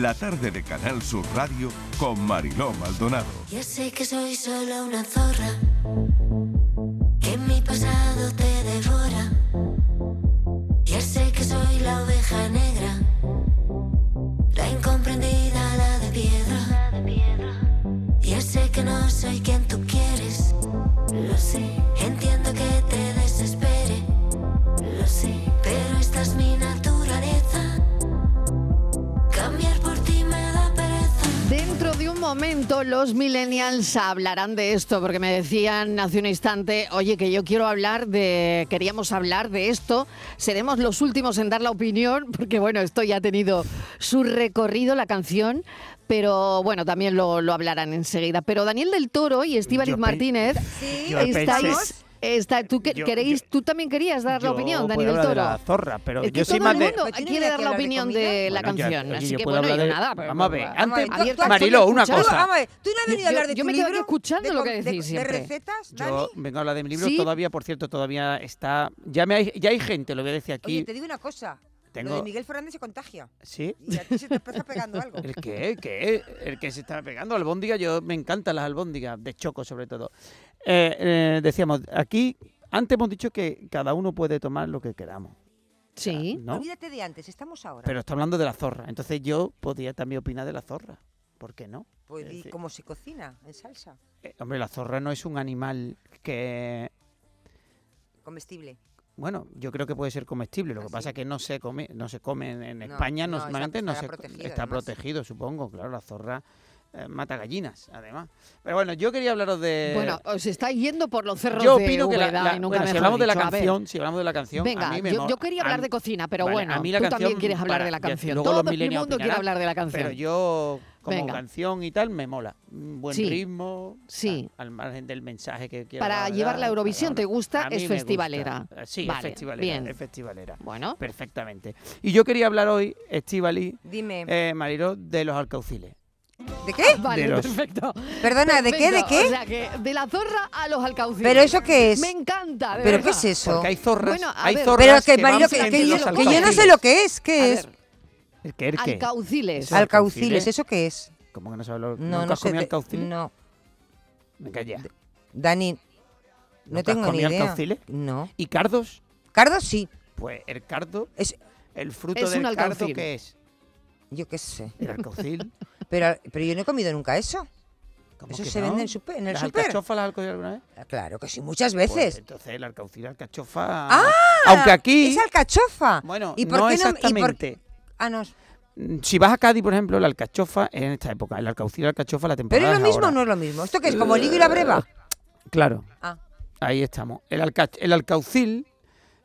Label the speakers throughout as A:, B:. A: La tarde de Canal Sur Radio con Mariló Maldonado.
B: Yo sé que soy solo una zorra, que mi pasado te devora. Ya sé que soy la oveja negra, la incomprendida, la de piedra. Ya sé que no soy quien tú quieres, lo sé. Entiendo que te desespere, lo sé. Pero esta es mi naturaleza. Cambiar por ti me da pereza.
C: Dentro de un momento los millennials hablarán de esto, porque me decían hace un instante, oye, que yo quiero hablar de, queríamos hablar de esto, seremos los últimos en dar la opinión, porque bueno, esto ya ha tenido su recorrido, la canción, pero bueno, también lo, lo hablarán enseguida. Pero Daniel del Toro y Estíbaliz
D: Yo pe-
C: Martínez,
D: Yo pensé-
C: estáis... está- ¿tú, que-
D: Yo-
C: queréis, tú también querías dar la
D: Yo
C: opinión,
D: puedo
C: Daniel del
D: hablar
C: Toro.
D: de la zorra, pero
C: Es que
D: yo soy
C: todo
D: más
C: el
D: de-
C: mundo
E: ¿No tiene
C: quiere
E: nada
C: dar
E: que
C: la
E: hablar de
C: opinión de,
E: comida?
C: la
D: Bueno, yo-
C: canción.
D: oye,
C: así
D: yo
C: que
D: puedo
C: bueno, yo
D: hablar de-
C: nada. pero
D: Vamos a ver,
C: vamos
D: antes-
C: abierto
D: Tú-
C: a
D: Mariló, una
C: escuchar.
D: cosa.
E: Vamos a ver, tú no has venido a
C: Yo-
E: hablar de
C: yo
E: tu
C: me quedo aquí
E: libro,
C: escuchando
E: de
C: lo
E: com-
C: que decís
E: de, de
C: siempre.
E: recetas, Dani.
D: Yo vengo a hablar de mi libro,
C: Sí.
D: todavía, por cierto, todavía está... Ya, me hay, ya hay gente, lo voy a decir aquí.
E: Oye, te digo una cosa. Lo
D: Tengo-
E: de Miguel Fernández se contagia.
D: ¿Sí?
E: Y a ti se te está pegando algo.
D: ¿El qué? ¿Qué? El que se está pegando albóndiga, yo me encantan las albóndigas, de choco sobre todo. Eh, eh, decíamos, aquí antes hemos dicho que cada uno puede tomar lo que queramos,
C: Sí.
D: ¿no?
E: Olvídate de antes, estamos ahora.
D: Pero está hablando de la zorra, entonces yo podría también opinar de la zorra, ¿por qué no?
E: pues
D: es
E: di
D: decir-
E: cómo se cocina en salsa,
D: Eh, hombre, la zorra no es un animal que...
E: comestible.
D: Bueno, yo creo que puede ser comestible, lo
E: ¿Ah,
D: que
E: sí?
D: pasa es que no se come, no se come en, en
E: No,
D: España,
E: no, está-
D: normalmente no
E: estará
D: se co-
E: protegido,
D: está
E: además.
D: protegido, supongo, claro, la zorra eh, mata gallinas, además. Pero bueno, yo quería hablaros de...
C: Bueno, os está yendo por los cerros
D: yo
C: de
D: opino que la,
C: Úbeda,
D: la-
C: y nunca
D: bueno, si
C: mejor
D: hablamos de la
C: dicho. A ver,
D: canción, si hablamos de la canción, a
C: Venga,
D: mí me
C: yo,
D: mo-
C: yo quería
D: a
C: hablar
D: mí-
C: de cocina, pero
D: vale,
C: bueno,
D: a mí la
C: tú también
D: canción,
C: quieres hablar
D: para-
C: de la
D: ya-
C: canción.
D: luego
C: Todo
D: los
C: el
D: millennials
C: mundo quiere
D: opinarán,
C: hablar de la canción.
D: Pero yo, como
C: Venga.
D: canción y tal, me mola. Un buen
C: Sí.
D: ritmo,
C: Sí
D: a- al margen del mensaje que quiero
C: Para
D: dar,
C: llevarla a
D: dar,
C: Eurovisión,
D: dar.
C: ¿te gusta?
D: A mí
C: Es
D: me gusta.
C: festivalera.
D: Sí,
C: Vale,
D: es festivalera,
C: bien.
D: es festivalera.
C: Bueno,
D: Perfectamente. Y yo quería hablar hoy, Estivali,
E: Dime,
D: eh, Mariló, de los alcauciles.
E: ¿de qué?
C: vale,
D: los-
C: perfecto.
E: Perdona, ¿de qué? ¿De
C: Perfecto,
E: qué?
C: O sea, que de la zorra a los alcauciles.
E: ¿Pero eso qué es?
C: Me encanta. de
E: ¿Pero
C: verdad.
E: qué es eso?
D: Porque hay zorras,
C: Bueno, a
D: hay
C: ver.
D: zorras
E: Pero es que,
D: van
E: Mariló, que,
D: entre
E: que yo,
D: los
E: que yo no sé
D: alcauciles.
E: lo que es.
C: A
E: ¿Qué es?
C: ver,
D: ¿El qué, el qué?
C: alcauciles.
D: Eso Al-
E: Alcauciles,
D: alcauciles.
E: ¿eso qué es?
D: ¿Cómo que no sabes lo
E: No,
D: ¿Nunca
E: no
D: has
E: sé.
D: comido
E: de-
D: alcauciles?
E: no,
D: Me calla.
E: Dani, no
D: ¿Nunca has
E: tengo ni
D: comido
E: idea.
D: alcauciles?
E: No.
D: ¿Y cardos?
E: Cardo sí.
D: Pues el cardo,
E: Es,
D: el fruto
C: Es un
D: del cardo,
C: alcaucil.
D: ¿qué es?
E: yo qué sé.
D: El alcaucil.
E: Pero, pero yo no he comido nunca eso.
D: ¿Cómo
E: Eso
D: que
E: se
D: no?
E: vende en el super. En el
D: ¿Las
E: súper.
D: alcachofas las has comido alguna vez?
E: Ah, Claro que sí, muchas
D: Pues,
E: veces.
D: entonces el alcaucil, la alcachofa... Aunque aquí,
E: Es alcachofa.
D: bueno,
E: Ah. ¿Y por
D: no
E: qué no- y por-
D: exactamente.
E: Ah, no.
D: Mm, Si vas a Cádiz, por ejemplo, la alcachofa es en esta época. El alcaucil, la alcachofa, la
E: Pero
D: temporada
E: es lo mismo o
D: Ah, ahora. Eh,
E: no es lo mismo. ¿Esto qué es? ¿Como el hilo y la breva?
D: Claro.
E: Ah.
D: Ahí estamos. El, alca- el alcaucil,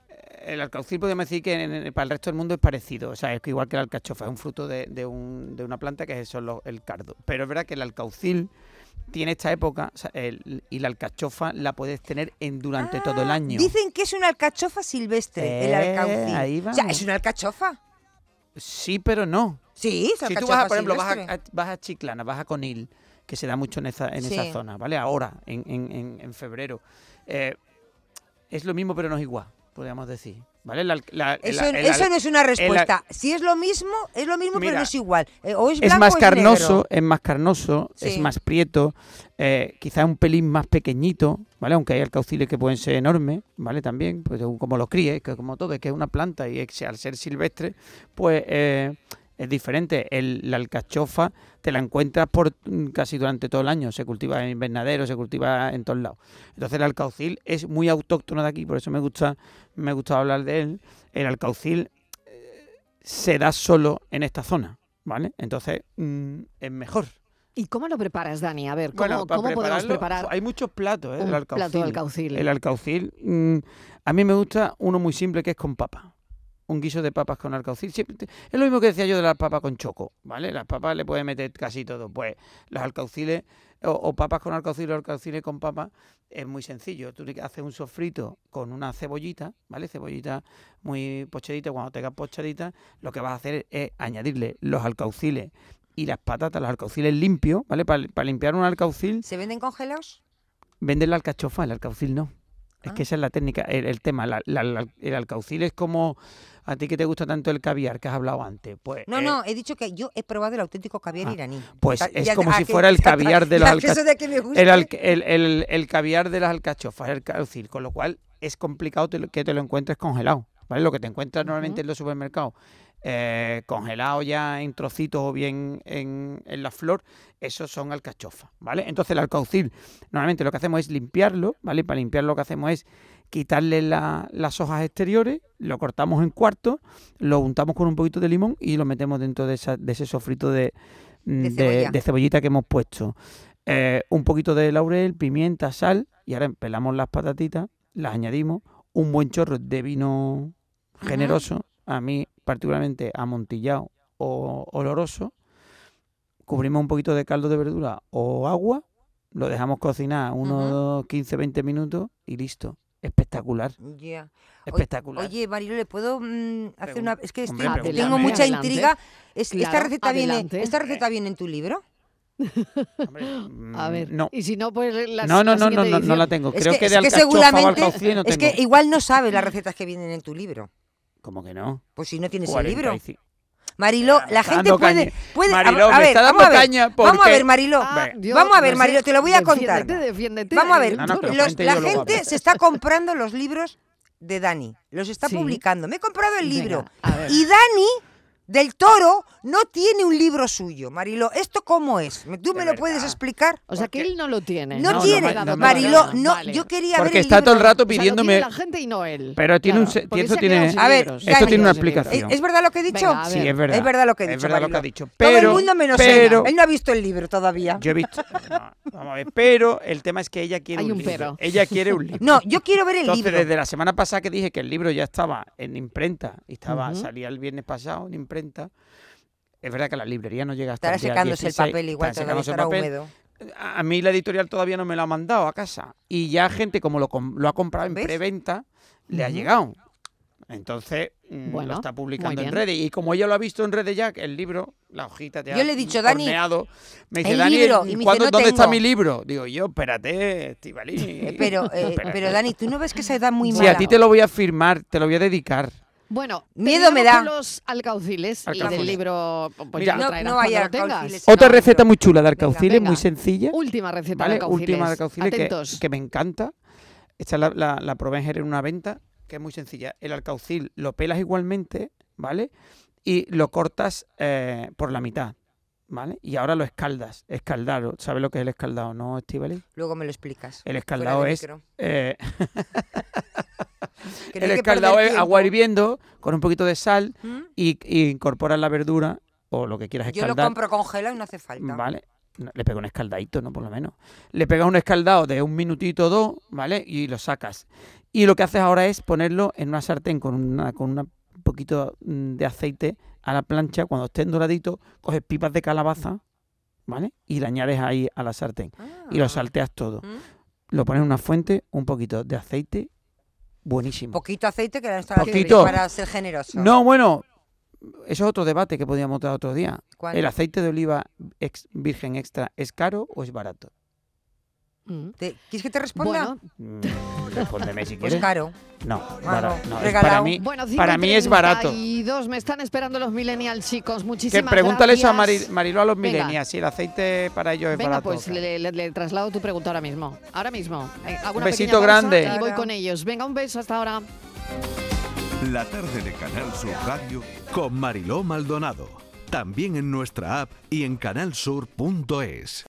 D: eh, el alcaucil podríamos decir que en- en- para el resto del mundo es parecido. O sea, es que igual que la alcachofa, es un fruto de, de un- de una planta que son los- el cardo. Pero es verdad que el alcaucil tiene esta época o sea, el- y la alcachofa la puedes tener en durante todo el
E: Ah,
D: año.
E: Dicen que es una alcachofa silvestre, el
D: Eh,
E: alcaucil.
D: ahí
E: O sea,
D: vamos.
E: es una alcachofa.
D: Sí, pero no.
E: Sí, es
D: Si
E: alcachofa
D: tú vas, a, por ejemplo, vas
E: silvestre.
D: a, a- vas a Chiclana, vas a Conil, que se da mucho en esa, en
E: Sí.
D: esa zona, ¿vale? Ahora, en, en- en- en febrero. Eh, es lo mismo, pero no es igual, podríamos decir. ¿Vale? La- la-
E: Eso,
D: la- el-
E: eso no es una respuesta. si es lo mismo, es lo mismo, pero
D: Mira,
E: no es igual. Eh, o es,
D: es
E: blanco
D: más
E: o es
D: carnoso,
E: negro.
D: es más carnoso, es
E: Sí.
D: más prieto, eh, quizá un pelín más pequeñito, ¿vale? Aunque hay alcauciles que pueden ser enormes, ¿vale? También, pues según como los críes, que como todo, es que es una planta y es que al ser silvestre, pues eh, es diferente. El- la alcachofa te la encuentras por mm, casi durante todo el año, se cultiva en invernadero, se cultiva en todos lados. Entonces el alcaucil es muy autóctono de aquí, por eso me gusta, me gusta hablar de él. El alcaucil eh, se da solo en esta zona. ¿Vale? Entonces mm, es mejor.
C: ¿Y cómo lo preparas, Dani? A ver, ¿cómo,
D: para
C: cómo podemos
D: prepararlo,
C: preparar
D: Hay muchos platos, ¿eh?
C: un
D: el alcaucil.
C: plato de alcaucil?
D: El alcaucil, mm, a mí me gusta uno muy simple que es con papa. Un guiso de papas con alcaucil. Siempre te- es lo mismo que decía yo de las papas con choco, ¿vale? Las papas le puedes meter casi todo. Pues los alcauciles, o, o papas con alcaucil o alcauciles con papas, es muy sencillo. Tú le haces un sofrito con una cebollita, ¿vale? Cebollita muy pochadita. Cuando tengas pochadita, lo que vas a hacer es añadirle los alcauciles y las patatas, los alcauciles limpios, ¿vale? Para, para limpiar un alcaucil
E: ¿Se venden congelados?
D: Venden la alcachofa, el alcaucil no. Es
E: Ah.
D: que esa es la técnica, el, el tema. la- la- la- el alcaucil es como a ti que te gusta tanto el caviar que has hablado antes. Pues,
E: No,
D: eh,
E: no, he dicho que yo he probado el auténtico caviar
D: Ah,
E: iraní.
D: Pues
E: Ta-
D: es
E: ya-
D: como
E: ah,
D: si
E: que-
D: fuera el
E: ya-
D: caviar de
E: ya
D: las
E: que eso
D: alcachofas.
E: de que me guste.
D: El, alca- el- el- el caviar de las alcachofas, el alcaucil, con lo cual es complicado te lo- que te lo encuentres congelado. ¿vale? Lo que te encuentras normalmente en los supermercados, eh, congelado ya en trocitos o bien en, en la flor, esos son alcachofas. ¿vale? Entonces el alcaucil, normalmente lo que hacemos es limpiarlo, ¿vale? Para limpiarlo lo que hacemos es quitarle la- las hojas exteriores, lo cortamos en cuartos, lo untamos con un poquito de limón y lo metemos dentro de, esa- de ese sofrito de, mm, de,
E: cebolla.
D: de cebollita que hemos puesto. Eh, un poquito de laurel, pimienta, sal y ahora pelamos las patatitas, las añadimos, un buen chorro de vino generoso, a mí particularmente amontillado o oloroso, cubrimos un poquito de caldo de verdura o agua, lo dejamos cocinar unos 15-20 minutos y listo. Espectacular,
E: Ya.
D: espectacular.
E: Oye, Marilo, ¿le puedo mm, hacer
D: Pregun-
E: una...? Es que estoy-
D: Hombre,
E: tengo
D: pregúntame.
E: mucha
C: Adelante.
E: intriga. Es- esta,
C: Claro,
E: receta viene,
C: adelante.
E: ¿Esta receta viene en tu libro?
D: Hombre,
C: A
D: mm,
C: ver,
D: No.
C: y si no, pues la
D: No, no,
C: la
D: no, no,
C: siguiente
D: no, no
C: edición.
D: la tengo.
E: Es
D: Creo
E: que-
D: que, de
E: es que
D: alcachofa o
E: seguramente-
D: alcaucil no
E: Es
D: tengo.
E: que igual no sabes las recetas que vienen en tu libro.
D: ¿Cómo que no?
E: Pues si no tienes el
D: 45.
E: libro. Mariló, la
D: está
E: gente
D: dando
E: puede,
D: caña.
E: puede. a-
D: Mariló,
E: a
D: me
E: ver,
D: está
E: vamos a
D: dando
E: ver,
D: caña
E: Vamos a
D: porque-
E: ver, Mariló.
C: Ah,
D: Venga.
C: Dios,
E: Vamos a
C: no
E: ver,
C: sé.
E: Marilo, te lo voy a contar.
C: Defiéndete, defiéndete.
E: Vamos a ver,
D: No, no, que lo
E: los-
D: cuente
E: la
D: yo luego, a
E: gente
D: ver.
E: se está comprando los libros de Dani. Los está
C: Sí.
E: publicando. Me he comprado el
C: Venga,
E: libro.
C: a ver.
E: y Dani del Toro no tiene un libro suyo, Marilo. ¿Esto cómo es? ¿Me- ¿Tú me
D: De
E: lo puedes
D: verdad.
E: explicar?
C: O sea, que él no lo tiene.
E: No,
D: no,
E: tiene,
D: no, no,
E: Mariló.
D: no,
E: No,
C: Vale.
E: yo quería ver
D: Porque
E: el
D: está todo el
E: libro.
D: rato
C: O sea, lo tiene
D: pidiéndome.
C: la gente y no él.
D: Pero tiene un
C: Claro,
D: se-
C: porque
D: esto
C: se ha quedado
D: tiene-
C: sin
E: A ver,
C: libros, se ha
E: esto
C: quedado
E: tiene
D: una
C: sin libros.
D: explicación.
E: ¿Es, es verdad lo que he dicho?
C: Venga, a
D: Sí,
C: ver.
D: es verdad.
E: Es verdad lo que he
D: Es
E: dicho.
D: verdad lo que
E: Mariló.
D: ha dicho.
E: todo el
D: Pero-
E: mundo menos
D: pero-
E: ella. ¿eh? Él no ha visto el libro todavía.
D: Yo he visto. no, vamos a ver, pero el tema es que ella quiere
C: Hay
D: un,
C: un
D: libro.
C: pero.
D: Ella quiere un libro.
E: No, yo quiero ver el
D: Entonces,
E: libro.
D: desde la semana pasada que dije que el libro ya estaba en imprenta y estaba
C: Ujú.
D: salía el viernes pasado en imprenta. Es verdad que la librería no llega hasta
E: Estará
D: el día
E: secándose el
D: 16,
E: papel igual,
D: estará
E: todavía
D: secándose el
E: estará
D: papel.
E: húmedo.
D: A a mí la editorial todavía no me lo ha mandado a casa. Y ya gente como lo, com- lo ha comprado en
E: ¿Ves?
D: preventa, le ha
C: Ujú.
D: llegado. Entonces, mm,
C: Bueno,
D: lo está publicando
C: muy bien.
D: en redes. Y como ella lo ha visto en redes ya, el libro, la hojita te
E: Yo
D: ha
E: le he dicho, Dani,
D: horneado, me dice,
E: el
D: Dani,
E: libro", y me dice,
D: ¿cuándo-
E: "No
D: ¿dónde está
E: tengo".
D: mi libro? Digo, yo, espérate, Estivalí.
E: Eh, Pero, eh, pero Dani, tú no ves que esa edad muy
D: si
E: mala.
D: a ti te lo voy a firmar, te lo voy a dedicar.
C: Bueno,
E: Miedo me
C: terminamos
E: da.
C: con los alcauciles, y
D: Alcauciles.
C: del libro pues
D: Mira,
C: ya lo
E: no-
C: traerás
E: no hay
C: cuando lo tengas.
E: alcauciles. No,
D: Otra
E: pero-
D: receta muy chula de
E: Venga,
D: alcauciles, muy
C: venga.
D: sencilla.
C: Última receta
D: ¿vale?
C: de alcauciles.
D: Última de Cauciles que,
C: Atentos.
D: que me encanta. Esta la, la, la probé en Jerez en una venta, que es muy sencilla. El alcaucil lo pelas igualmente, ¿vale? Y lo cortas eh, por la mitad, ¿vale? Y ahora lo escaldas. Escaldado. ¿Sabes lo que es el escaldado, no, Estivali?
E: Luego me lo explicas.
D: El
E: fuera de
D: escaldado es.
E: micro,
D: eh,
E: que no
D: el
E: hay que
D: escaldado
E: perder
D: es agua
E: tiempo.
D: hirviendo con un poquito de sal
E: ¿Mm?
D: y, y incorporas la verdura o lo que quieras
E: Yo lo
D: escaldar.
E: compro congelado y no hace falta.
D: Vale. No, Le pega un escaldadito, ¿no? Por lo menos. Le pega un escaldado de un minutito o dos, ¿vale? Y lo sacas. Y lo que haces ahora es ponerlo en una sartén con una, con una- un poquito mm, de aceite a la plancha. Cuando estén doraditos, coges pipas de calabaza, ¿vale? Y le añades ahí a la sartén.
E: Ah.
D: Y lo salteas todo.
E: ¿Mm?
D: Lo pones en una fuente, un poquito de aceite. Buenísimo.
E: Poquito aceite que está
D: Poquito.
E: para ser generoso.
D: No, bueno. Eso es otro debate que podíamos dar otro día.
E: ¿Cuál?
D: ¿El aceite de oliva ex- virgen extra es caro o es barato?
C: Mm.
E: ¿Te- ¿Quieres que te responda?
C: Bueno,
D: Mm, Respóndeme si
E: pues
D: quieres.
E: caro.
D: No,
E: no,
D: barato, no, es para
E: regalado.
D: mí,
C: bueno,
D: para mí es barato.
C: 5:32, me están esperando los millennials, chicos.
D: Que
C: Muchísimas
D: pregúntales a Mari-
C: gracias.
D: Mariló a los
C: Venga.
D: millennials si el aceite para ellos es
C: Venga,
D: barato.
C: pues le, le- le traslado tu pregunta ahora mismo. Ahora mismo. Eh, hago
D: Un
C: una
D: besito
C: pequeña pausa
D: grande.
C: Y voy
E: Claro.
C: con ellos. Venga, un beso hasta ahora.
A: La tarde de Canal Sur Radio con Mariló Maldonado. También en nuestra app y en canalsur.es.